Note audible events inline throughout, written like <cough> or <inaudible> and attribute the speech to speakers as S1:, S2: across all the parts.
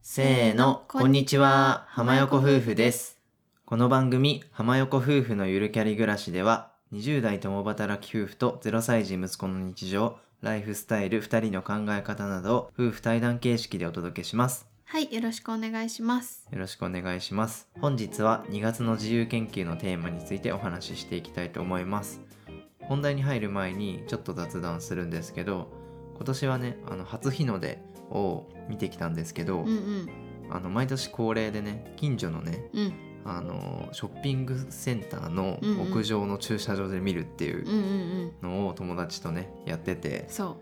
S1: せーの、こんにちは、浜横夫婦です。この番組、浜横夫婦のゆるキャリ暮らしでは、20代共働き夫婦と0歳児息子の日常、ライフスタイル、2人の考え方などを夫婦対談形式でお届けします。
S2: はい、よろしくお願いします。
S1: よろしくお願いします。本日は2月の自由研究のテーマについてお話ししていきたいと思います。本題に入る前にちょっと雑談するんですけど、今年はね、あの初日の出を見てきたんですけど、
S2: うんうん
S1: あの毎年恒例でね近所のね
S2: うん
S1: あのショッピングセンターの
S2: うんうん
S1: 屋上の駐車場で見るってい
S2: うんう
S1: うん
S2: うん。
S1: のを友達とねやってて
S2: そ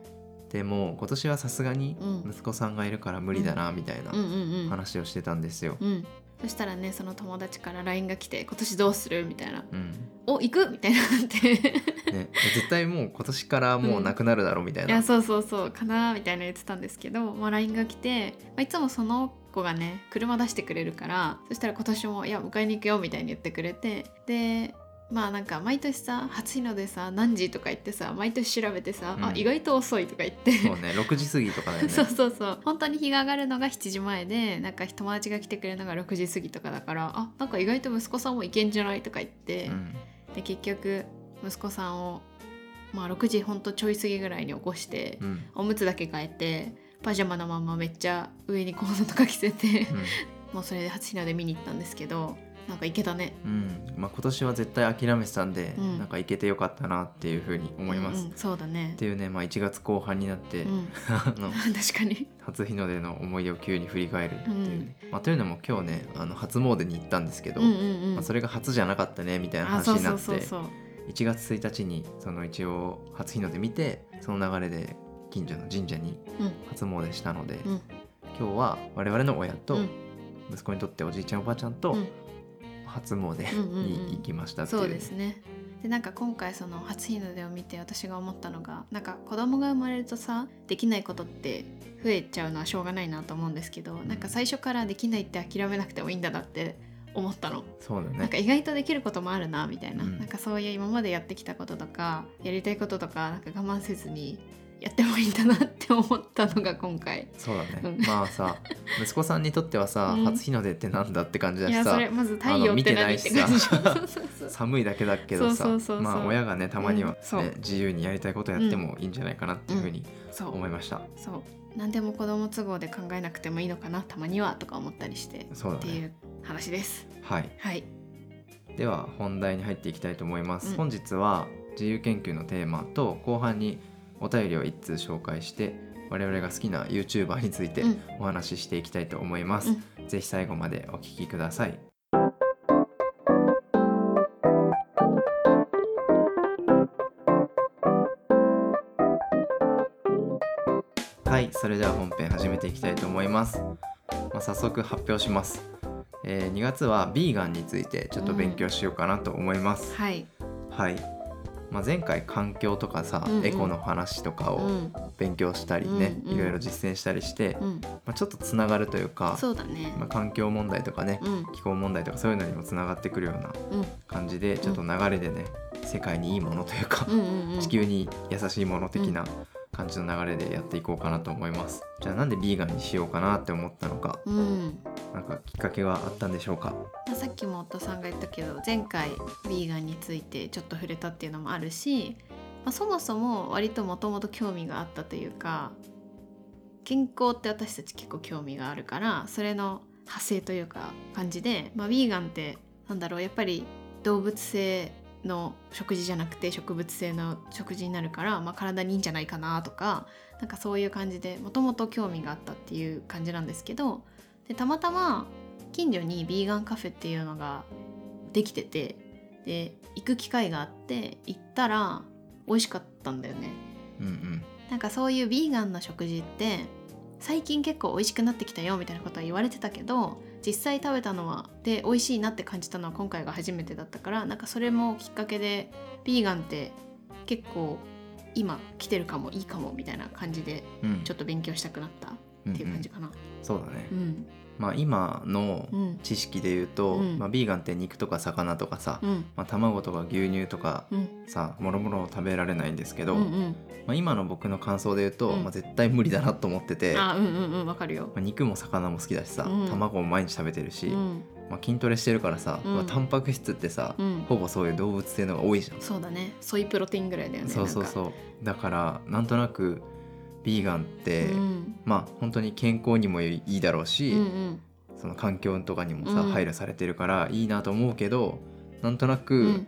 S1: でも今年はさすがに
S2: うん。
S1: 息子さんがいるから無理だなみたいう
S2: うん
S1: な
S2: うんうん。
S1: 話をしてたんですよ。
S2: うん。そしたらね、その友達から LINE が来て、今年どうするみたいな。
S1: うん
S2: お、行くみたいにな
S1: <laughs>
S2: って。
S1: ね、絶対もう今年からもうなくなるだろうみたい
S2: い
S1: な。
S2: や、そうそうそう、かなーみたいな言ってたんですけど、まあ、LINE が来て、まあ、いつもその子がね、車出してくれるから、そしたら今年も、いや、迎えに行くよみたいに言ってくれて、で、まあなんか毎年さ初日の出さ何時とか言ってさ毎年調べてさ、
S1: う
S2: あ
S1: ん
S2: 意外と遅いとか言って
S1: そうね6時過ぎとかだよね
S2: そうそうそう本当に日が上がるのが7時前でなんか友達が来てくれるのが6時過ぎとかだからあなんか意外と息子さんも行けんじゃないとか言って、
S1: うん
S2: で結局息子さんを、まあ、6時ほんとちょい過ぎぐらいに起こして、
S1: うん
S2: おむつだけ変えてパジャマのまんまめっちゃ上にコートとか着せて、もうそれで初日の出見に行ったんですけどなんか行けたね
S1: うんうんまあ、今年は絶対諦めてたんで、
S2: うん
S1: なんか行けてよかったなっていうふうに思います。
S2: うん
S1: っ
S2: うんそうだね
S1: ていうね、まあ、1月後半になって、
S2: うん
S1: <laughs>
S2: <laughs>
S1: あの
S2: 確かに
S1: 初日の出の思い出を急に振り返るっていうね、まあ、というのも今日ねあの初詣に行ったんですけど、
S2: うんうんうん、
S1: まあ、それが初じゃなかったねみたいな
S2: あ
S1: 話
S2: そう
S1: にな
S2: そ
S1: っ
S2: う
S1: て
S2: そうそう
S1: 1月1日にその一応初日の出見てその流れで近所の神社に
S2: うん
S1: 初詣したので、
S2: うん
S1: 今日は我々の親と
S2: うん
S1: 息子にとっておじいちゃんおばあちゃんと
S2: うん
S1: 初詣
S2: うんうんうん
S1: に行きましたっていう,、
S2: そうですねでなんか今回その初日の出を見て私が思ったのがなんか子供が生まれるとさできないことって増えちゃうのはしょうがないなと思うんですけどなんか最初からできないって諦めなくてもいいんだなって思ったの、
S1: そうだ
S2: なんか
S1: ね
S2: 意外とできることもあるなみたいな、
S1: うん
S2: なんかそういう今までやってきたこととかやりたいこととかなんか我慢せずにやってもいいんだなって思ったのが今回
S1: そうだね、
S2: うん
S1: まあさ息子さんにとってはさ、
S2: うん
S1: 初日の出ってなんだって感じだ
S2: い
S1: し
S2: や
S1: さ
S2: それまず太陽って何って感じ
S1: あの見てないしさ
S2: そうそうそ
S1: <laughs>
S2: う
S1: 寒いだけだけどさ
S2: そうそうそうそう
S1: まあ親がねたまにはね、
S2: うんそう
S1: 自由にやりたいことやってもいいんじゃないかなっていうふうに
S2: そう
S1: 思いました、
S2: そう何でも子供都合で考えなくてもいいのかなたまにはとか思ったりして
S1: そう
S2: っ
S1: だ
S2: てい
S1: ね
S2: う話です
S1: はい
S2: はい
S1: では本題に入っていきたいと思います、
S2: うん
S1: 本日は自由研究のテーマと後半にお便りを一通紹介して我々が好きな YouTuber について
S2: うん
S1: お話ししていきたいと思います、ぜひ最後までお聞きくださいはいそれでは本編始めていきたいと思います、まあ、早速発表します、えー2月はビーガンについてちょっと勉強しようかなと思います、
S2: はい
S1: はい、まあ、前回環境とかさ、
S2: うんうん
S1: エコの話とか
S2: う
S1: を
S2: ん
S1: 勉強したりね、
S2: うんう
S1: い
S2: ん
S1: ろいろ実践したりして、
S2: うん
S1: まあ、ちょっとつながるというか
S2: そうだね
S1: まあ、環境問題とかね、
S2: うん
S1: 気候問題とかそういうのにもつながってくるような
S2: うん
S1: 感じでちょっと流れでね、世界にいいものというか、
S2: うんうんうん
S1: 地球に優しいもの的な感じの流れでやっていこうかなと思いますじゃあなんでビーガンにしようかなって思ったのか
S2: うん
S1: なんかきっかけはあったんでしょうか
S2: まあさっきも夫さんが言ったけど前回ヴィーガンについてちょっと触れたっていうのもあるし、まあ、そもそも割ともともと興味があったというか健康って私たち結構興味があるからそれの派生というか感じで、まあ、ヴィーガンってなんだろうやっぱり動物性の食事じゃなくて植物性の食事になるから、まあ、体にいいんじゃないかなとかなんかそういう感じでもともと興味があったっていう感じなんですけどでたまたま近所にビーガンカフェっていうのができててで行く機会があって行ったら美味しかったんだよね
S1: うんうん
S2: なんかそういうビーガンの食事って最近結構美味しくなってきたよみたいなことは言われてたけど実際食べたのはで美味しいなって感じたのは今回が初めてだったからなんかそれもきっかけでビーガンって結構今来てるかもいいかもみたいな感じで
S1: うん
S2: ちょっと勉強したくなったっ
S1: うん
S2: ていう感じかな。
S1: うんそうだね
S2: う、ん、
S1: まあ、今の
S2: うん
S1: 知識で言うと、
S2: うん
S1: まあ、ビーガンって肉とか魚とかさ、
S2: うん
S1: まあ、卵とか牛乳とか
S2: うん
S1: さもろもろ食べられないんですけ
S2: う
S1: ど、
S2: んうん
S1: まあ、今の僕の感想で言うと、
S2: うん
S1: まあ、絶対無理だなと思ってて、ま
S2: あうんうんうんわかるよ、
S1: あ、肉も魚も好きだしさ、
S2: うん
S1: 卵も毎日食べてるし、
S2: うん
S1: まあ、筋トレしてるからさ、
S2: うん
S1: まあ、タンパク質ってさ、
S2: うん、
S1: ほぼそういう動物性のが多いじゃん。
S2: そうだねソイプロテインぐらいだよね
S1: そうそう
S2: う
S1: そうだからなんとなくビーガンって、
S2: うん
S1: まあ本当に健康にもいいだろうし、
S2: うん
S1: その環境とかにもさ、
S2: うん
S1: 配慮されてるからいいなと思うけどなんとな
S2: うんう
S1: く
S2: ん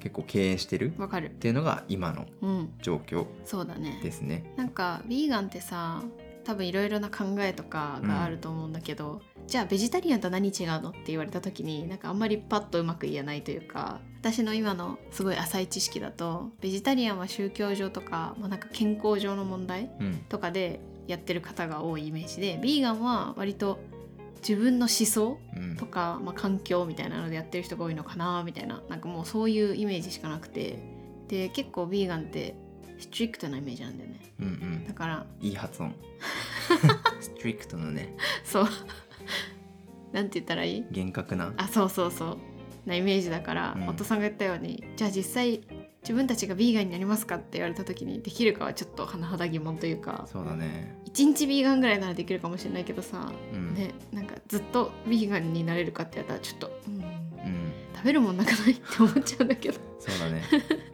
S1: 結構敬遠してるっ
S2: わかる
S1: ていうのが今の
S2: うん
S1: 状況
S2: そうだね
S1: ですね。
S2: なんかヴィーガンってさ多分いろいろな考えとかがあると思うんだけど、じゃあベジタリアンと何違うのって言われた時になんかあんまりパッとうまく言えないというか私の今のすごい浅い知識だとベジタリアンは宗教上とか,、まあ、なんか健康上の問題
S1: うん、
S2: とかでやってる方が多いイメージでヴィーガンは割と自分の思想
S1: うん
S2: とか、まあ、環境みたいなのでやってる人が多いのかなみたいななんかもうそういうイメージしかなくてで結構ヴィーガンってストリクトなイメージなんだよね
S1: うんうん
S2: だから
S1: いい発
S2: <laughs>
S1: 音ストリクトのね
S2: そう <laughs> なんて言ったらいい
S1: 厳格な
S2: あそうそうそうなイメージだから、
S1: うん
S2: 夫さんが言ったようにじゃあ実際自分たちがビーガンになりますかって言われた時にできるかはちょっと甚だ疑問というか
S1: そうだね、
S2: 1日ビーガンぐらいならできるかもしれないけどさ、
S1: うん
S2: ねなんかずっとビーガンになれるかってやったらちょっと、うん、
S1: うん、
S2: 食べるもんなくないって思っちゃうんだけど
S1: そうだ
S2: <laughs>
S1: ね、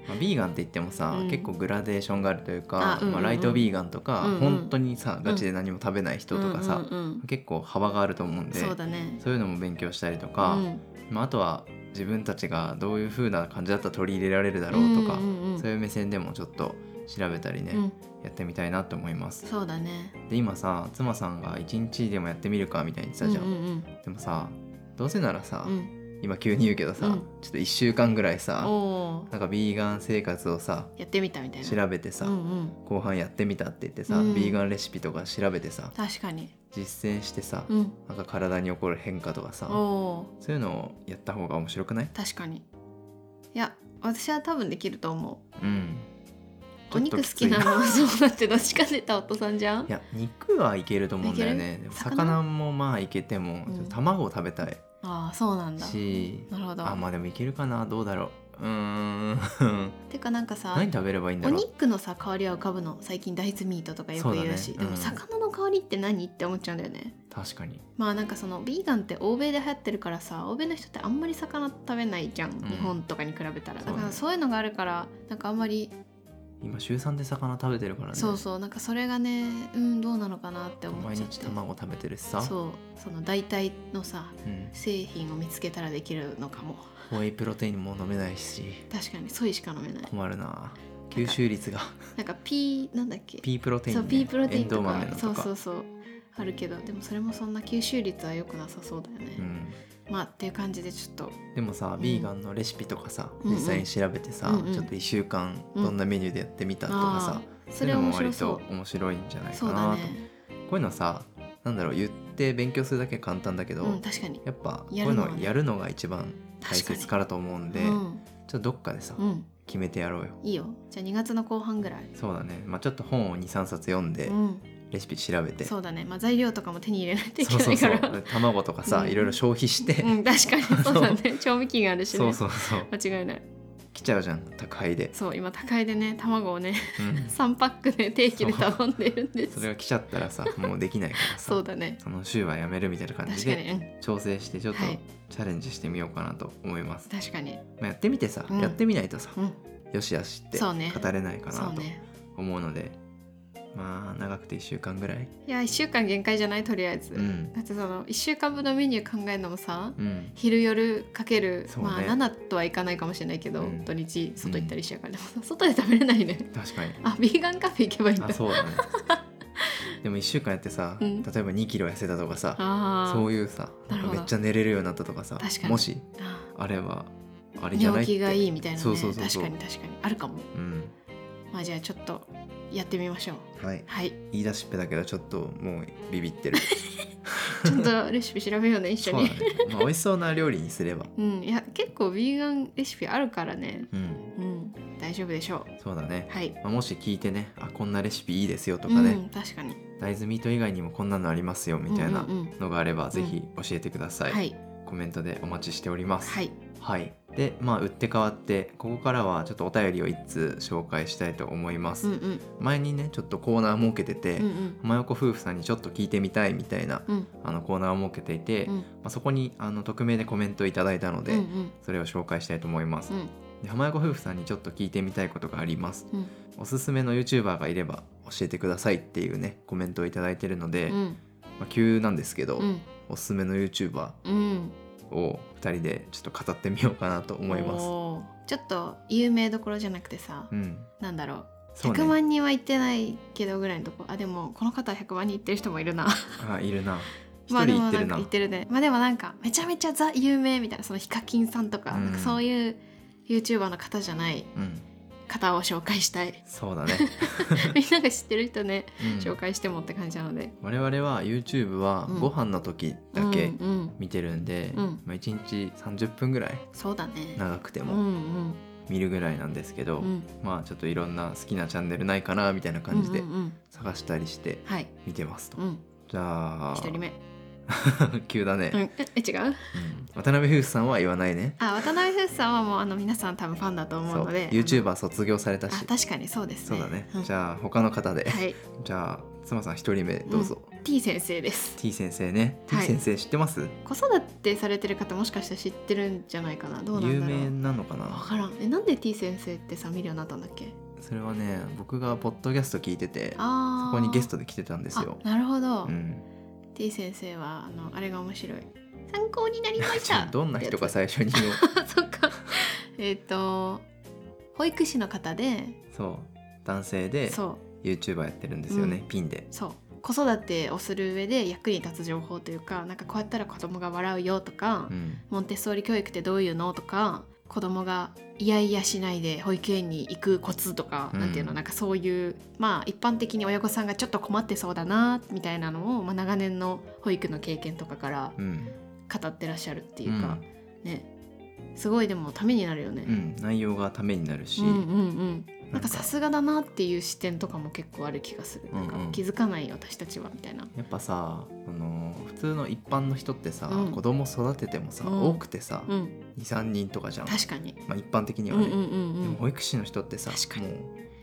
S1: まあ、ビーガンって言ってもさ、
S2: うん
S1: 結構グラデーションがあるというか
S2: あうんうんうん
S1: まあ、ライトビーガンとか、
S2: うんうん
S1: 本当にさガチで何も食べない人とかさ、
S2: うんうんうん
S1: 結構幅があると思うんで
S2: そうだね
S1: そういうのも勉強したりとか、
S2: うん
S1: まあ、あとは自分たちがどういう風な感じだったら取り入れられるだろうとか、
S2: んんん
S1: そういう目線でもちょっと調べたりね、
S2: うん
S1: やってみたいなと思います。
S2: そうだね
S1: で今さ妻さんが一日でもやってみるかみたいに言ってたじゃん。
S2: うんうん
S1: でもさどうせならさ、
S2: うんうん
S1: 今急に言うけどさ、
S2: うん
S1: ちょっと1週間ぐらいさ
S2: おー
S1: なんかビーガン生活をさ
S2: やってみたみたいな
S1: 調べてさ、
S2: うんうん、
S1: 後半やってみたって言ってさ、
S2: うん
S1: ビーガンレシピとか調べてさ
S2: 確かに、
S1: 実践してさ、
S2: うん、
S1: なんか体に起こる変化とかさ
S2: おお
S1: そういうのをやった方が面白くない
S2: ー確かにいや私は多分できると思う
S1: うん
S2: お肉好きな
S1: ちょっときつい
S2: のそうだって出しかねたお父さんじゃ
S1: い
S2: ん
S1: や肉はいけると思うんだよねでも
S2: 魚
S1: 魚もまあいけても、
S2: うん
S1: ちょっと卵を食べたい
S2: ああそうなんだ
S1: し
S2: なるほど
S1: あまあでもいけるかなどうだろううーん
S2: てかなんかさ
S1: 何食べればいいんだ
S2: お
S1: ろう
S2: 肉のさ香りは浮かぶの最近大豆ミートとかよく言う
S1: そ
S2: し
S1: うだね
S2: でも
S1: うん
S2: 魚の香りって何って思っちゃうんだよね
S1: 確かに
S2: まあなんかそのビーガンって欧米で流行ってるからさ欧米の人ってあんまり魚食べないじゃん、
S1: ん
S2: 日本とかに比べたらだ
S1: そう
S2: か
S1: だ
S2: ら
S1: ね
S2: そういうのがあるからなんかあんまり
S1: 今週3で魚食べてるからね
S2: そうそうなんかそれがねうんどうなのかなって思っ
S1: 毎
S2: ちゃっ
S1: 日
S2: て
S1: 卵食べてるしさ
S2: そうその大体のさ
S1: うん、
S2: 製品を見つけたらできるのかも
S1: ホエイプロテインも飲めないし
S2: 確かにソイしか飲めない
S1: 困るな吸収率
S2: <laughs>
S1: が
S2: なんか P なんだっけ
S1: P プロテイン、
S2: そ
S1: ね、
S2: う P プロテインと
S1: エンドウ
S2: か
S1: 豆のと
S2: そう
S1: か
S2: そうそうあるけどでもそれもそんな吸収率は良くなさそうだよね、
S1: うん、
S2: まあっていう感じでちょっと
S1: でもさビーガンのレシピとかさ、
S2: うん
S1: 実際に調べてさ、
S2: うんうん
S1: ちょっと1週間
S2: うん
S1: どんなメニューでやってみたとかさ、
S2: あー
S1: そ
S2: そう
S1: い
S2: れ
S1: うの
S2: 面
S1: も割
S2: 白そ
S1: と面白いんじゃな
S2: う
S1: い
S2: そ
S1: か
S2: う
S1: な
S2: だ
S1: と、
S2: ね
S1: こういうのさなんだろう言って勉強するだけ簡単だけど、
S2: うん確かに
S1: やっぱこうい
S2: や
S1: う
S2: るの
S1: の
S2: はね
S1: をやるのが一番大
S2: 確かに
S1: 切からと思うんで、
S2: うん、
S1: ちょっとどっかでさ、
S2: うん、
S1: 決めてやろうよ
S2: いいよじゃあ2月の後半ぐらい
S1: そうだね、まあ、ちょっと本を23冊読んで、
S2: うん
S1: レシピ調べて
S2: そうだねまあ材料とかも手に入れないといけ
S1: そう
S2: な
S1: そう
S2: いか
S1: そ
S2: ら <laughs>
S1: う卵とかさ、
S2: うん
S1: いろいろ消費して、
S2: うん確かにそうだね調味期があるしね
S1: そうそうそう
S2: 間違いない
S1: 来ちゃうじゃん宅配で、
S2: そう今高いでね卵をね
S1: うん、
S2: 3パックで定期で頼んでるんです
S1: それが来ちゃった
S2: <laughs>
S1: らさもうできないからさ
S2: そうだね
S1: その週はやめるみたいな感
S2: 確
S1: じ
S2: かに
S1: で
S2: うん
S1: 調整してちょっと
S2: はい
S1: チャレンジしてみようかなと思います、
S2: 確かに
S1: まあ、やってみてさ、
S2: うん
S1: やってみないとさ、
S2: うん
S1: よしよしって
S2: そうね
S1: 語れないか
S2: そ
S1: な
S2: う
S1: と
S2: ね
S1: 思うのでまあ長くて1週間ぐらい
S2: いや1週間限界じゃないとりあえず、
S1: うん
S2: だってその1週間分のメニュー考えるのもさ、
S1: うん
S2: 昼夜かける、
S1: そうね
S2: まあ7とはいかないかもしれないけど、
S1: うん
S2: 土日外行った <laughs> りしちゃうから、でも外で食べれないね <laughs>
S1: 確かに
S2: あビーガンカフェ行けばいいんだ
S1: あそう
S2: <laughs>
S1: だねでも1週間やってさ、
S2: うん
S1: 例えば2キロ痩せたとかさ
S2: あ
S1: そういうさ
S2: なるほど
S1: めっちゃ寝れるようになったとかさ
S2: 確かに
S1: もし
S2: ーあ
S1: あれはあれじゃ
S2: ー
S1: ないっ
S2: 寝起
S1: て
S2: きがいいみたいなね
S1: そうそうそうそう
S2: 確かに確かにあるかも
S1: うん
S2: まあじゃあちょっとやってみましょう
S1: はい
S2: はい
S1: 言い出しっぺだけどちょっともうビビってる
S2: ちょっとレシピ調べようね <laughs>
S1: <laughs>
S2: 一
S1: そ
S2: 緒
S1: うだ
S2: に
S1: ね、まあ、美味しそうな料理にすれば
S2: うん、いや結構ビーガンレシピあるからね、
S1: うん
S2: うん、大丈夫でしょう
S1: そうだね、
S2: はい
S1: まあ、もし聞いてねあこんなレシピいいですよとかね、
S2: うん、確かに
S1: 大豆ミート以外にもこんなのありますよみたいな
S2: うんうんうん
S1: のがあればぜひ教えてください、
S2: はい
S1: コメントでお待ちしております
S2: はい
S1: はい、でまあ打って変わってここからはちょっとお便りを1通紹介したいと思いま
S2: う
S1: す、
S2: んうん
S1: 前にねちょっとコーナー設けてて、
S2: うんうん
S1: 浜横夫婦さんにちょっと聞いてみたいみたいな
S2: うん
S1: あのコーナーを設けていて、
S2: う
S1: ま
S2: ん
S1: あ、そこにあの匿名でコメントいただいたので、
S2: うんうん
S1: それを紹介したいと思います、
S2: うん
S1: で浜横夫婦さんにちょっと聞いてみたいことがあります
S2: うん
S1: おすすめの YouTuber がいれば教えてくださいっていうねコメントをいただいてるので、
S2: う
S1: ま
S2: ん
S1: あ、急なんですけど、
S2: うん
S1: おすすめの YouTuber
S2: うん
S1: を2人でちょっと語ってみようかなと思います
S2: おーちょっと有名どころじゃなくてさ、
S1: うん
S2: なんだろう
S1: そう
S2: 100
S1: ね
S2: 万人は行ってないけどぐらいのとこあでもこの方は100万人行ってる人もいるな
S1: あいるな <laughs> 一
S2: <laughs> まあで
S1: 人
S2: も
S1: 行
S2: な
S1: って
S2: んか
S1: るな,、
S2: 行ってるねまあでもなんかめちゃめちゃザ有名みたいなそのヒカキンさんとか,、
S1: うん
S2: なんかそういう YouTuber の方じゃない
S1: うん
S2: 方を紹介し
S1: <laughs>
S2: たい
S1: そう
S2: <laughs>
S1: だね、
S2: みんなが知ってる人ね
S1: うん
S2: 紹介してもって感じなので、
S1: 我々は YouTube は
S2: うん
S1: ご飯の時
S2: う
S1: だ
S2: ん、
S1: け
S2: うん
S1: 見てるんで、
S2: うん
S1: まあ、1日30分ぐらい
S2: そうだね
S1: 長くて
S2: うん
S1: も見るぐらいなんですけど、
S2: うんうん
S1: まあちょっといろんな好きなチャンネルないかなみたいな感じで
S2: うんうんうん
S1: 探したりして
S2: はい
S1: 見てますと、
S2: うん
S1: じゃあ
S2: 一人目
S1: <laughs> 急だね、
S2: うんええ違う
S1: うん渡辺夫婦さんは言わないね
S2: あ渡辺夫婦さんはもうあの皆さん多分ファンだと思う
S1: そう
S2: ので
S1: YouTuber 卒業された
S2: あ
S1: し
S2: 確かにそうです
S1: そ
S2: ね
S1: うだね、
S2: ん
S1: じゃあ他の方で、
S2: はい
S1: じゃあ妻さん一人目どうぞ、
S2: T 先生です
S1: T 先生ね、
S2: はい
S1: T 先生知ってます
S2: 子育てされてる方もしかしたら知ってるんじゃないかなどうなん
S1: 有
S2: だろう
S1: 名なのか
S2: わ
S1: な
S2: からんえなんで T 先生ってさ見るようになったんだっけ
S1: それはね僕がポッドキャスト聞いてて
S2: あ
S1: そこにゲスト
S2: で
S1: で来てたんですよ
S2: あなるほど、
S1: うん、
S2: T 先生はあのあれが面白い参考になりました
S1: <laughs> どんな人が
S2: って
S1: 最
S2: や
S1: 初に言おう
S2: つ <laughs> そっかえっ、と保育士の方で
S1: <laughs> そう男性で
S2: そう
S1: YouTuber やってるんですよね、
S2: う
S1: ピンで
S2: そう子育てをする上で役に立つ情報というかなんかこうやったら子供が笑うよとか、
S1: うん
S2: モンテッソーリ教育ってどういうのとか子供がいやいやしないで保育園に行くコツとか、
S1: うん
S2: なんていうのなんかそういうまあ一般的に親御さんがちょっと困ってそうだなみたいなのを、まあ、長年の保育の経験とかから
S1: うん
S2: 語ってらっしゃるっていうか、ねすごいでもためになるよね。
S1: うんうん内容がためになるし、
S2: うんうんうん
S1: な
S2: なんん
S1: か
S2: かさすがだなっていう視点とかも結構ある気がする、なんか
S1: うんうん
S2: 気づかない私たちはみたいな
S1: やっぱさその普通の一般の人ってさ、
S2: うん
S1: 子供育ててもさ、
S2: うん
S1: 多くてさ、
S2: うん
S1: 23人とかじゃん、
S2: 確かに
S1: まあ、一般的に
S2: う
S1: は
S2: んう
S1: ね、
S2: んうん
S1: で
S2: う
S1: も
S2: ん
S1: 保育士の人ってさ
S2: 確かに
S1: もう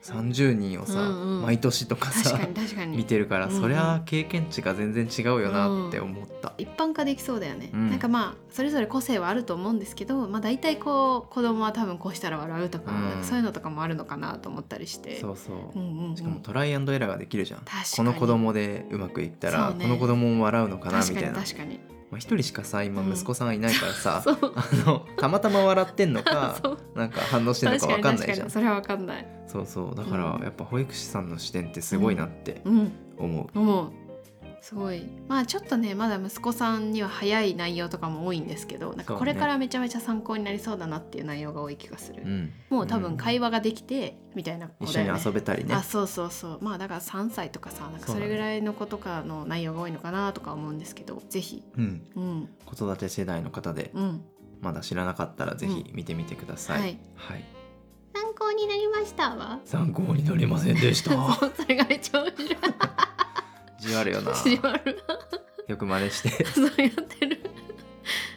S1: 30人をさ、
S2: うんうん
S1: 毎年とか
S2: 確
S1: さ
S2: か
S1: <laughs>
S2: に確かに
S1: 見てるから、
S2: うんうん
S1: そりゃ経験値が全然違うよなって思った、
S2: 一般化できそうだよね、
S1: うん
S2: なんかまあそれぞれ個性はあると思うんですけど、まあ、大体こう子供は多分こうしたら笑うとか,、
S1: うん
S2: なんかそういうのとかもあるのかなと思ったりして
S1: そうそう、
S2: うんうんうん
S1: しかもトライアンドエラーができるじゃん
S2: 確かに
S1: この子供でうまくいったら、
S2: そうね
S1: この子供も笑うのかなみ
S2: 確
S1: た
S2: か
S1: い
S2: に
S1: な
S2: 確かに
S1: まあ、一人しかさ今
S2: うん
S1: 息子さんいないからさ、<laughs>
S2: <laughs> そう
S1: あのたまたま笑ってんのか
S2: <laughs> そう
S1: なんか反応してんの
S2: 確
S1: か分
S2: かに
S1: かんな
S2: 確
S1: い
S2: か
S1: じゃん
S2: にそれは分かんない
S1: そうそうだから
S2: うん
S1: やっぱ保育士さんの視点ってすごいなって
S2: うん
S1: 思う、
S2: もうすごいまあちょっとねまだ息子さんには早い内容とかも多いんですけど
S1: そ
S2: なん
S1: う
S2: か
S1: ね
S2: これからめちゃめちゃ参考になりそうだなっていう内容が多い気がする、
S1: うん
S2: もう多分
S1: ん
S2: 会話ができて、みたいな子
S1: 一
S2: だ
S1: 緒に
S2: よね
S1: 遊べたりね
S2: あそうそうそうまあだから3歳とかさなんか
S1: そう
S2: そ
S1: だね
S2: れぐらいの子とかの内容が多いのかなとか思うんですけどぜひ
S1: うん、
S2: うん
S1: 子育て世代の方で
S2: うん
S1: まだ知らなかったらぜひ見てみてください、
S2: うん
S1: は
S2: はいい、参考になりましたわ
S1: 参考になりませんでし <laughs> た
S2: <laughs> そうそれがめっちゃ面白い
S1: じわるよな
S2: 始まる
S1: よく真似して <laughs>
S2: そうやってる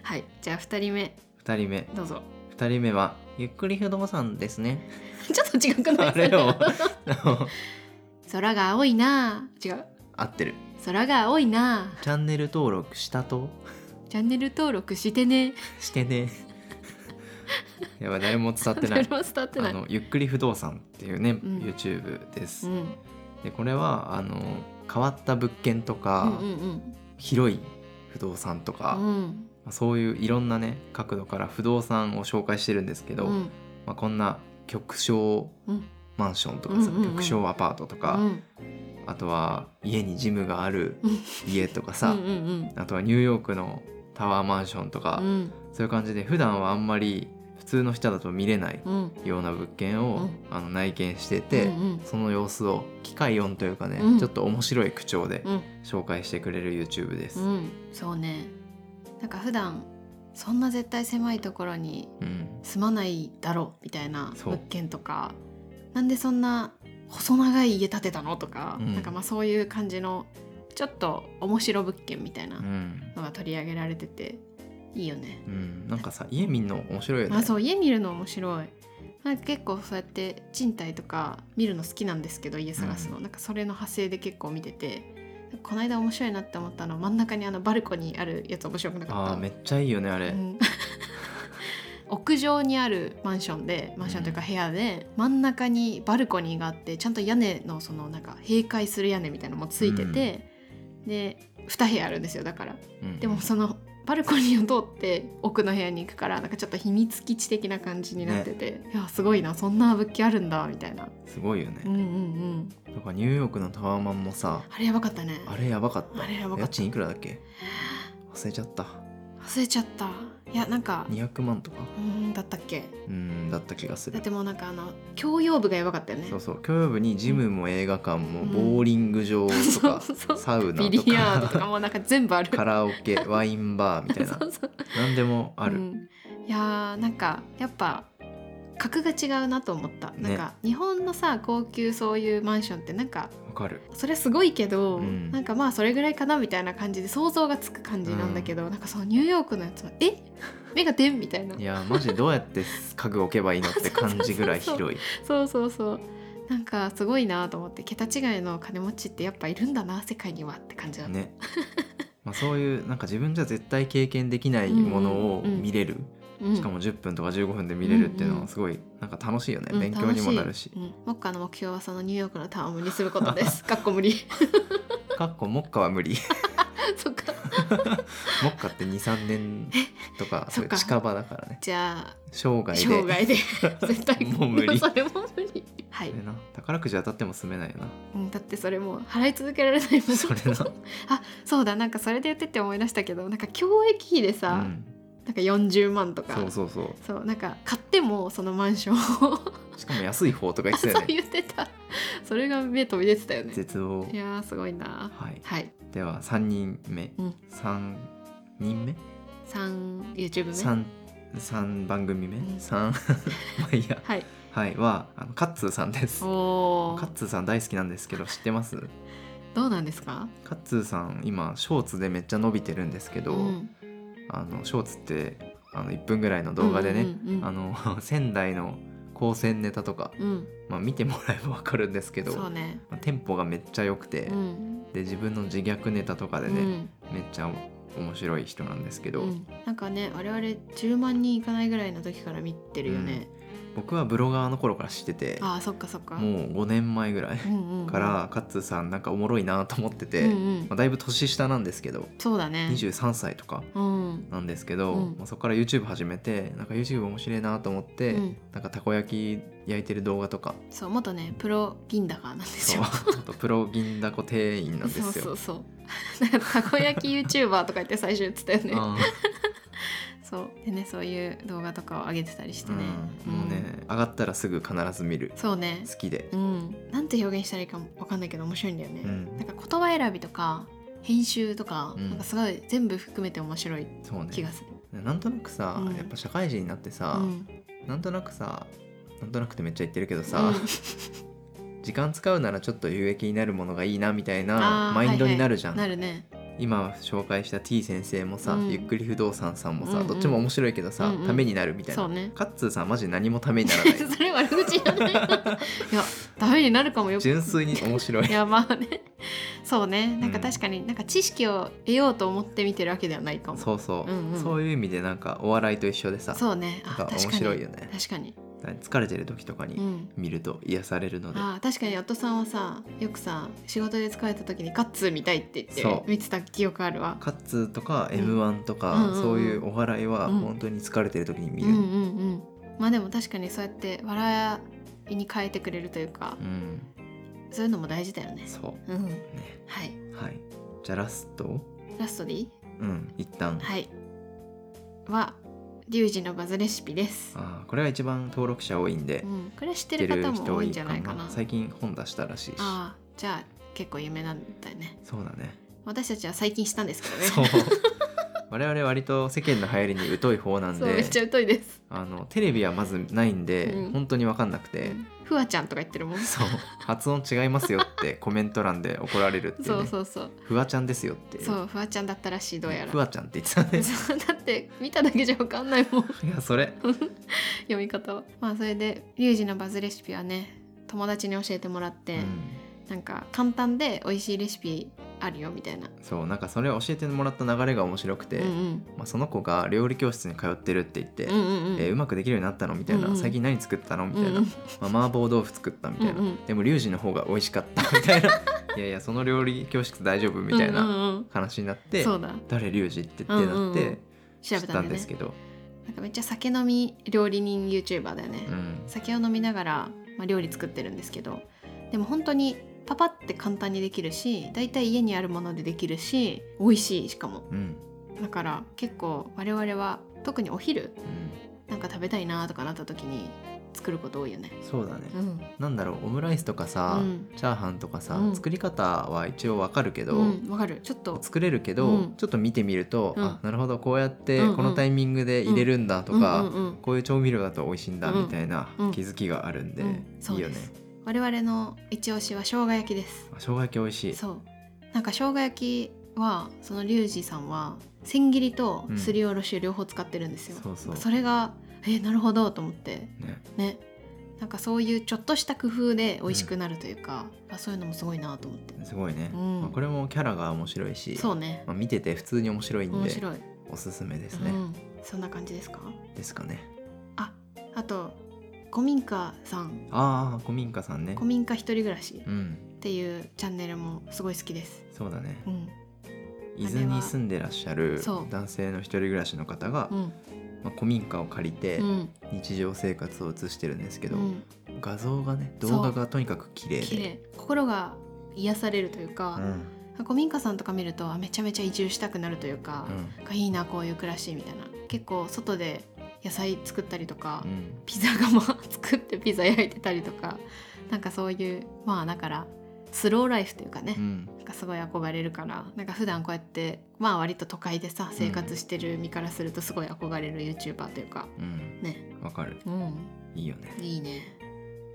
S2: はいじゃあ2人目
S1: 二人目
S2: どうぞ
S1: 二人目はゆっくり不動産ですね <laughs>
S2: ちょっと違くない
S1: あれ <laughs> を
S2: 空が青いなあ違う
S1: 合ってる
S2: 空が青いなあ
S1: チャンネル登録したと
S2: チャンネル登録してね
S1: して <laughs> ねやばい誰も伝わってない
S2: それは伝わってな
S1: あ
S2: い
S1: のゆっくり不動産っていうね、
S2: ん
S1: YouTube です、
S2: うん
S1: でこれはあの変わった物件と
S2: う
S1: か
S2: ん、うん
S1: 広い不動産とか、
S2: う
S1: ま
S2: ん
S1: あそういういろんなね角度から不動産を紹介してるんですけ
S2: う
S1: ど、
S2: ん
S1: まあ、こんな極小
S2: うん
S1: マンションとかさ、
S2: うんうんうん
S1: 極小アパートとか、
S2: うん
S1: あとは家にジムがある
S2: うん
S1: 家とかさ、
S2: うんうんうん
S1: あとはニューヨークのタワーマンションとか、
S2: うん
S1: そういう感じで普段はあんまり普通の人だと見れない
S2: うん
S1: ような物件を、
S2: うん
S1: あの内見してて、
S2: うんうん
S1: その様子を機械音というかね、
S2: うん
S1: ちょっと面白い口調で
S2: うん
S1: 紹介してくれる YouTube です。
S2: う
S1: うん
S2: んそうねなんか普段そんな絶対狭いところに住まないだろうみたいな
S1: そう
S2: 物件とかなんでそんな細長い家建てたのとか、
S1: うん
S2: なんかまあそういう感じのちょっと面白物件みたいな
S1: うん、
S2: のが取り上げられてていいよね。
S1: うん、なんかさ家見んの面白いよね
S2: あそう家見るの面白いなんか結構そうやって賃貸とか見るの好きなんですけど家探すの、
S1: う
S2: なんかそれの派生で結構見ててこの間面白いなって思ったの真ん中にあのバルコニーあるやつ面白くなかった
S1: あーめっちゃいいよねあれ、
S2: うん <laughs> 屋上にあるマンションでマンションというか部屋で、真ん中にバルコニーがあってちゃんと屋根のそのなんか閉壊する屋根みたいなのもついてて、で2部屋あるんですよだから
S1: うん
S2: でもそのバルコニーを通って奥の部屋に行くからなんかちょっと秘密基地的な感じになってて、いやすごいなそんな物件あるんだみたいな
S1: すごいよね
S2: うんうんうん
S1: とかニューヨークのタワーマンもさ
S2: あれやばかったね
S1: あれやばかった
S2: あれやばか
S1: 家
S2: った
S1: 賃いくらだっけ忘れちゃった
S2: 忘れちゃったいやなんか
S1: 200万とか
S2: うんだったっけ
S1: うんだった気がす
S2: だっ
S1: る
S2: てもうなんかあの教養部がやばかったよね
S1: そうそう教養部にジムも映画館も
S2: うん
S1: ボーリング場とか、
S2: <laughs> そうそう
S1: サウナ
S2: ビ
S1: と
S2: リヤードとか
S1: か
S2: もうなんか全部あ
S1: <laughs>
S2: る
S1: カラオケワインバーみたいな
S2: <laughs> そうそう
S1: 何でもある、
S2: うんいやーなんかやっぱ格が違うなと思った、なんか日本のさ高級そういうマンションってなんか
S1: わかる
S2: それすごいけど、
S1: うん
S2: なんかまあそれぐらいかなみたいな感じで想像がつく感じなんだけど、なんかそのニューヨークのやつは「え <laughs> 目が点?」みたいない
S1: やマジどうやって家具置けばいいのって感じぐらい広い
S2: <laughs> そうそうそうなんかすごいなと思って桁違いの金持ちってやっぱいるんだな世界にはって感じだった、
S1: ね <laughs> まあそういうなんか自分じゃ絶対経験できないものを
S2: うんうんうん
S1: 見れる、
S2: うん
S1: しかも10分とか15分で見れるっていうのはすごいなんか楽しいよね、
S2: うん
S1: 勉強にもなるし
S2: 楽いうん、目下の目標はそのニューヨークのタワーにすることですかっこ
S1: <laughs>
S2: 無理
S1: かっこ目下は無理 <laughs>
S2: そっか
S1: 目下って23年とか
S2: そ
S1: そ
S2: っ
S1: れ
S2: か
S1: 近場だからね
S2: じゃ
S1: 生涯で
S2: あ生
S1: <laughs>
S2: 涯で絶対
S1: もう無理
S2: <laughs> それも無理はい
S1: それな宝くじ当たっても住めないよ
S2: <laughs>
S1: な
S2: うんだってそれもう払い続けられないもん
S1: それな
S2: あそうだなんかそれで言ってて思い出したけどなんか教育費でさ、
S1: うん、
S2: なんか40万とか
S1: そうそうそ
S2: そうなんか買ってもそのマンシ
S1: <laughs>
S2: ョンを
S1: うしかも安い方とか言ってた
S2: そう
S1: よね
S2: 言ってたそれが目飛び出てたよね
S1: 絶望
S2: いやーすごいな
S1: はい
S2: はい
S1: では3人目、
S2: うん
S1: 三3人目
S2: 3 YouTube 目
S1: 三三番組目、
S2: うん
S1: 三 <laughs> まあいいや
S2: はい
S1: はいはあのカッツーさんですカ
S2: おー
S1: ッツーさん大好きなんですけど知ってます
S2: どうなんですか
S1: カッツーさん今ショーツでめっちゃ伸びてるんですけど、
S2: うん
S1: あのショーツってあの1分ぐらいの動画でね、
S2: うんうんうん
S1: あの仙台の高専ネタとか、
S2: うん
S1: まあ、見てもらえばわかるんですけど、
S2: そうね
S1: まあテンポがめっちゃ良くて、
S2: うん
S1: で自分の自虐ネタとかでね、
S2: うん
S1: めっちゃ面白い人なんですけど、
S2: うんなんかね我々10万人いかないぐらいの時から見てるよね、
S1: 僕はブロガーの頃から知ってて
S2: あーそっかそっか
S1: もう5年前ぐらい
S2: うんうんうん
S1: からカッツーさんなんかおもろいなと思ってて、
S2: うんうん
S1: まあ、だいぶ年下なんですけど
S2: そうだね
S1: 23歳とか
S2: うん
S1: なんですけど、
S2: うん
S1: まあ、そこから YouTube 始めてなんか YouTube 面白いなと思って、
S2: うん
S1: なんかたこ焼き焼いてる動画と
S2: <laughs>
S1: か
S2: そう元ねプロ銀だからなんです
S1: そう
S2: よ
S1: ちょっとプロ銀だこ店員なんですよ。
S2: そうそう <laughs> そうなんかたこ焼き YouTuber とか言って最初言ってたよね
S1: あ
S2: そうでねそういう動画とかを上げてたりし
S1: ー
S2: てね、
S1: うんもうね、上がったらすぐ必ず見る
S2: うんそうね
S1: 好きで、
S2: うんなんて表現したらいいかわかんないけど面白いんだよね、
S1: うん
S2: なんか言葉選びとか編集とか、
S1: うん
S2: なんかすごい全部含めて面白い
S1: そう
S2: 気
S1: ね
S2: がする、
S1: なんとなくさ、
S2: うん
S1: やっぱ社会人になって
S2: う
S1: さ、
S2: ん、
S1: なんとなくさなんとなくってめっちゃ言ってるけどさ、時間使うならちょっと有益になるものがいいなみたい
S2: うん
S1: な
S2: あー
S1: マインドになるじゃん、
S2: はいはいなるね
S1: 今紹介した T 先生もさ、
S2: うん
S1: ゆっくり不動産さんもさ、
S2: うんうん
S1: どっちも面白いけどさ、
S2: うんうん
S1: ためになるみたいな、
S2: そうね
S1: カッツーさんマジ何もためにな
S2: <laughs>
S1: らない
S2: それ悪口じゃない <laughs> いやダメになるかもよく
S1: 純粋に面白い
S2: <laughs> いやまあねそうねなんか
S1: うん
S2: 確かになんか知識を得ようと思って見てるわけではないかもそう
S1: そうそう、
S2: うんうん
S1: そういう意味でなんかお笑いと一緒でさ、
S2: ねあ
S1: なんか面白いよね
S2: 確かに
S1: 疲れてる時とか
S2: 確かに、う
S1: に
S2: ん、
S1: 見ると癒されるので、
S2: あー確かに夫さんはさよくさ仕事で疲れた時にカッツー見たいって言っ
S1: そ
S2: て
S1: う
S2: 見てた記憶あるわ
S1: カッツーとか
S2: うん
S1: m 1とか、
S2: うんうんうん
S1: そういうお笑いは
S2: うん
S1: 本当に疲れてる時に見
S2: うん
S1: る、
S2: うんうんまあでも確かにそうやって笑いに変えてくれるというか、
S1: うん
S2: そういうのも大事だよね
S1: そ
S2: うん
S1: うね
S2: はい
S1: はいじゃあラスト
S2: ラストでいい
S1: うん一旦、
S2: はいはリュウジのバズレシピです、
S1: あーこれは一番登録者多いんで、
S2: うん、これは知
S1: 知
S2: ってる方も多いんじゃないかな
S1: 最近本出したらしいし
S2: ああじゃあ結構有名なんだよね <laughs>
S1: そうだね
S2: 私たちは最近したんですけどね
S1: そう <laughs> 我々割と世間の流行りに疎い方なん
S2: <laughs> そうめ
S1: で
S2: っちゃ疎いです、
S1: あのテレビはまずないんで、
S2: うん
S1: 本当に分かんなくて、
S2: ふわちゃんとか言ってるもん
S1: そう発音違いますよってコメント欄で怒られるっていう,、ね、
S2: そうそうそう
S1: フワちゃんですよって
S2: そうフワちゃんだったらしいどうやら
S1: フワちゃんって言ってたね
S2: そう <laughs> だって見ただけじゃわかんないもん <laughs>
S1: いやそれ
S2: 読み方はまあそれでリュウジのバズレシピはね友達に教えてもらって、
S1: うん
S2: なんか簡単で美味しいレシピあるよみたいな、
S1: そうなんかそれを教えてもらった流れが面白くて、
S2: うん
S1: まあ、その子が料理教室に通ってるって言って、
S2: うんうんうんうん
S1: えーうまくできるようになったのみたいな、
S2: うんうん
S1: 最近何作ったのみたいな、
S2: うんうん
S1: まあ、麻婆豆腐作ったみたいな、
S2: うんうん
S1: でもリュウジの方が美味しかった <laughs> みたいないやいやその料理教室大丈夫みたい
S2: うんう
S1: なん
S2: うん
S1: 話になって、
S2: そうだ
S1: 誰リュウジってってなって、
S2: うんうんうん
S1: 知
S2: 調
S1: っ
S2: べた
S1: た
S2: ん
S1: ん
S2: だ
S1: で
S2: よ
S1: す
S2: ね
S1: けど、
S2: なんかめっちゃ酒飲み料理人 YouTuber だよね、
S1: うん、
S2: 酒を飲みながら、まあ、料理作ってるんですけどでも本当にパパって簡単にできるしだいたい家にあるものでできるし美味しいしかも
S1: うん
S2: だから結構我々は特にお昼
S1: うん
S2: なんか食べたいなとかなった時に作ること多いよね
S1: そうだね、
S2: うん
S1: なんだろうオムライスとかさ、
S2: うん
S1: チャーハンとかさ、
S2: うん
S1: 作り方は一応わかるけど、
S2: うんわかるちょっと
S1: 作れるけど、
S2: うん
S1: ちょっと見てみると、
S2: うん
S1: あなるほどこうやって
S2: うんうん
S1: このタイミングで入れるんだとか、
S2: うんうんうん
S1: こういう調味料だと美味しいんだ
S2: うん
S1: みたいな
S2: うん
S1: 気づきがあるんで、
S2: うん
S1: いい
S2: そう
S1: よ
S2: で
S1: ね
S2: す我々の一押しは生姜焼きです
S1: あ生姜焼き美味しい
S2: そうなんか生姜焼きはそのリュウジさんは千切りとすりおろしを両方使ってるんですよ、
S1: そうそう
S2: それがえなるほどと思って
S1: ね
S2: ねなんかそういうちょっとした工夫で美味しくなるというか、あそういうのもすごいなと思って
S1: すごいね、
S2: うん
S1: まあこれもキャラが面白いし、
S2: そうね
S1: まあ、見てて普通に面白いん
S2: 面
S1: で
S2: 白い
S1: おすすめですね、
S2: うん、そんな感じですか
S1: ですかね
S2: ああと古民家さん
S1: ああ古民家さんね
S2: 古民家一人暮らし
S1: う
S2: っ
S1: ん
S2: ていうチャンネルもすごい好きです、
S1: そうだね
S2: うん
S1: 伊豆に住んでらっしゃる
S2: そう
S1: 男性の一人暮らしの方が、
S2: うん
S1: まあ、古民家を借りて
S2: うん
S1: 日常生活を映してるんですけ
S2: う
S1: ど、
S2: ん、
S1: 画像がね
S2: そう
S1: 動画がとにかく綺麗
S2: 綺
S1: で
S2: 麗心が癒されるという
S1: う
S2: か、
S1: ん
S2: 古民家さんとか見るとあめちゃめちゃ移住したくなるというか、がいいなこういう暮らしみたいな結構外で野菜作ったりとか、
S1: うんうん
S2: ピザ窯 <laughs> 作ってピザ焼いてたりとかなんかそういうまあだからスローライフというかね、
S1: うん
S2: なんかすごい憧れるからなんか普段こうやってまあ割と都会でさ生活してる身からするとすごい憧れる YouTuber というか
S1: うん
S2: ね
S1: わかる
S2: うん
S1: いいよね、
S2: いいね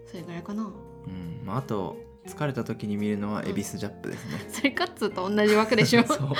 S2: それぐらいかな
S1: うんまあ、あと疲れた時に見るのは
S2: うん
S1: エビスジャップですね、
S2: それカッツーと同じ枠でしょ
S1: <laughs> そう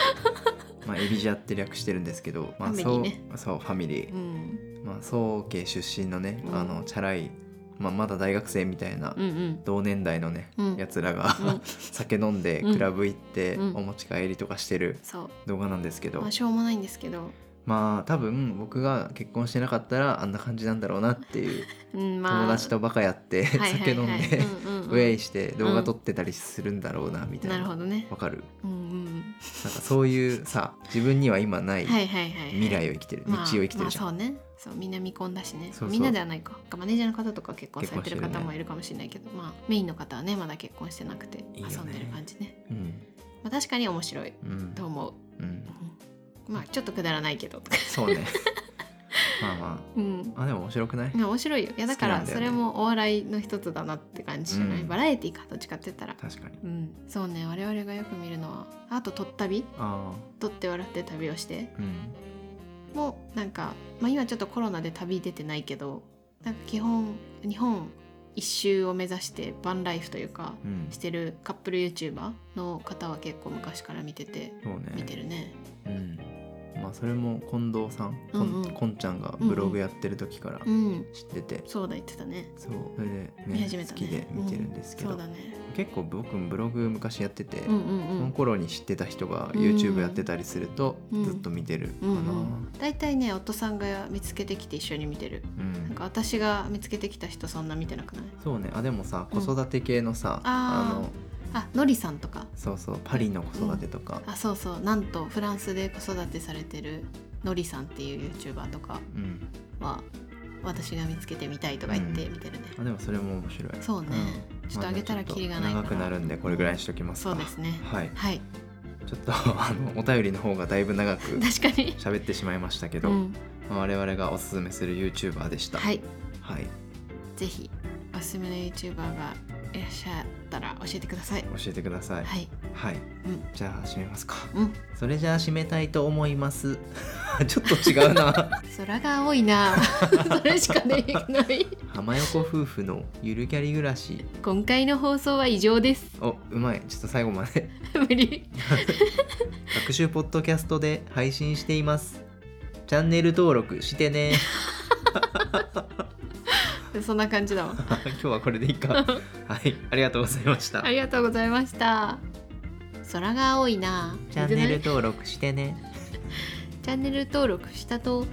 S1: まあエビジャって略してるんですけど、まあ、
S2: ファミリーね
S1: そうそうファミリー、
S2: ん、
S1: まあ、宗家出身のね、
S2: うん
S1: あのチャラい、まあ、まだ大学生みたいな
S2: うんうん
S1: 同年代のね、
S2: うん
S1: やつらが、
S2: うん
S1: <laughs> 酒飲んで
S2: うん
S1: クラブ行って、
S2: うん
S1: お持ち帰りとかしてる
S2: そう
S1: 動画なんですけど、
S2: まあしょうもないんですけど
S1: まあ多分僕が結婚してなかったらあんな感じなんだろうなっていう
S2: うん <laughs> まあ
S1: 友達とバカやって、
S2: はいはいはい
S1: 酒飲んで、
S2: うん
S1: <laughs>
S2: うんうん
S1: ウェイして動画撮ってたりするんだろうなみたいな。
S2: なるほどね
S1: わかる
S2: うんうん
S1: なんかそういうさ自分には今ない
S2: はいはいはい、はい、
S1: 未来を生きてる、
S2: まあ
S1: 道を生きてるじゃん、
S2: まあ、そうねそうみんな見込んだしね
S1: そうそう
S2: みんなではないかマネージャーの方とか結婚されてる
S1: 結婚してる
S2: 方
S1: ね
S2: もいるかもしれないけど、まあメインの方はねまだ結婚してなくて
S1: いいよね
S2: 遊んでる感じね
S1: うん
S2: まあ、確かに面白い
S1: うん
S2: と思う、
S1: うん、
S2: まあちょっとくだらないけどとか
S1: そうね <laughs> まあま
S2: うん
S1: ああでも面白くない、
S2: 面白いよいやだ
S1: 好
S2: か
S1: きな
S2: ら
S1: んだ
S2: そ
S1: よね
S2: れもお笑いの一つだなって感じじゃない、
S1: うん
S2: バラエティかどっちかって言ったら
S1: 確かに
S2: うんそうね我々がよく見るのはあと「とったび」
S1: あ
S2: 「とって笑って旅をして
S1: あうん」
S2: もなんか、まあ、今ちょっとコロナで旅出てないけどなんか基本日本一周を目指してバンライフというか
S1: うん
S2: してるカップル YouTuber の方は結構昔から見てて
S1: そうね
S2: 見てるね
S1: うんまあそれも近藤さん、こ
S2: うんうん
S1: ん、こんちゃんがブログやってる時から
S2: うん
S1: 知ってて、
S2: そうだ言ってたね
S1: そうそれで、ね、
S2: 見始めた
S1: 好
S2: ね
S1: きで見てるんですけど、
S2: うんそうだね
S1: 結構僕もブログ昔やってて、
S2: うんうんう
S1: その
S2: ん
S1: 頃に知ってた人が
S2: うん
S1: YouTube やってたりすると、
S2: うん
S1: ずっと見てるか
S2: う
S1: な、うん
S2: んうん、大体ね夫さんが見つけてきて一緒に見てるなんか私が見つけてきた人そんな見てなくない
S1: そうねあでもさ
S2: う
S1: 子
S2: ん
S1: 育て系のさ、
S2: あー
S1: の
S2: あのりさんとか
S1: そうそうパリの子育てとか、
S2: あそうそうなんとフランスで子育てされてるのりさんっていう YouTuber とか
S1: うん
S2: は私が見つけてみたいとか言って
S1: うん
S2: 見てるね、
S1: あでもそれも面白い
S2: そうね、
S1: うん
S2: ちょっと上げたらキリがない
S1: ま
S2: か
S1: あじゃあちょっと
S2: ら
S1: 長くなるんでこれぐらいにしときますか、
S2: そうですね
S1: はい
S2: はい
S1: ちょっと <laughs> あのお便りの方がだいぶ長
S2: <laughs>
S1: く
S2: 確かに
S1: 喋ってしまいましたけど、
S2: うん、
S1: まあ我々がおすすめする YouTuber でした
S2: はい
S1: はい、
S2: ぜひおすすめの YouTuber がいらっしゃったら教えてください。
S1: 教えてください。
S2: はい、
S1: はい、
S2: うん
S1: じゃあ締めますか。
S2: うん、
S1: それじゃあ締めたいと思います。 <laughs> ちょっと違う
S2: <laughs>
S1: な。
S2: 空が青
S1: <laughs>
S2: いな。それしかできない。
S1: 浜横夫婦のゆるキャリ暮らし。
S2: 今回の放送は以上です。
S1: お、うまい。ちょっと最後まで。
S2: 無理。
S1: 学習ポッドキャストで配信しています。チャンネル登録してね。
S2: そんな感じだわ。
S1: 今日はこれでいいか。はい、ありがとうございました
S2: あ。りがとうございました。空が青いな。
S1: チャンネル登録してね。
S2: チャンネル登録したと。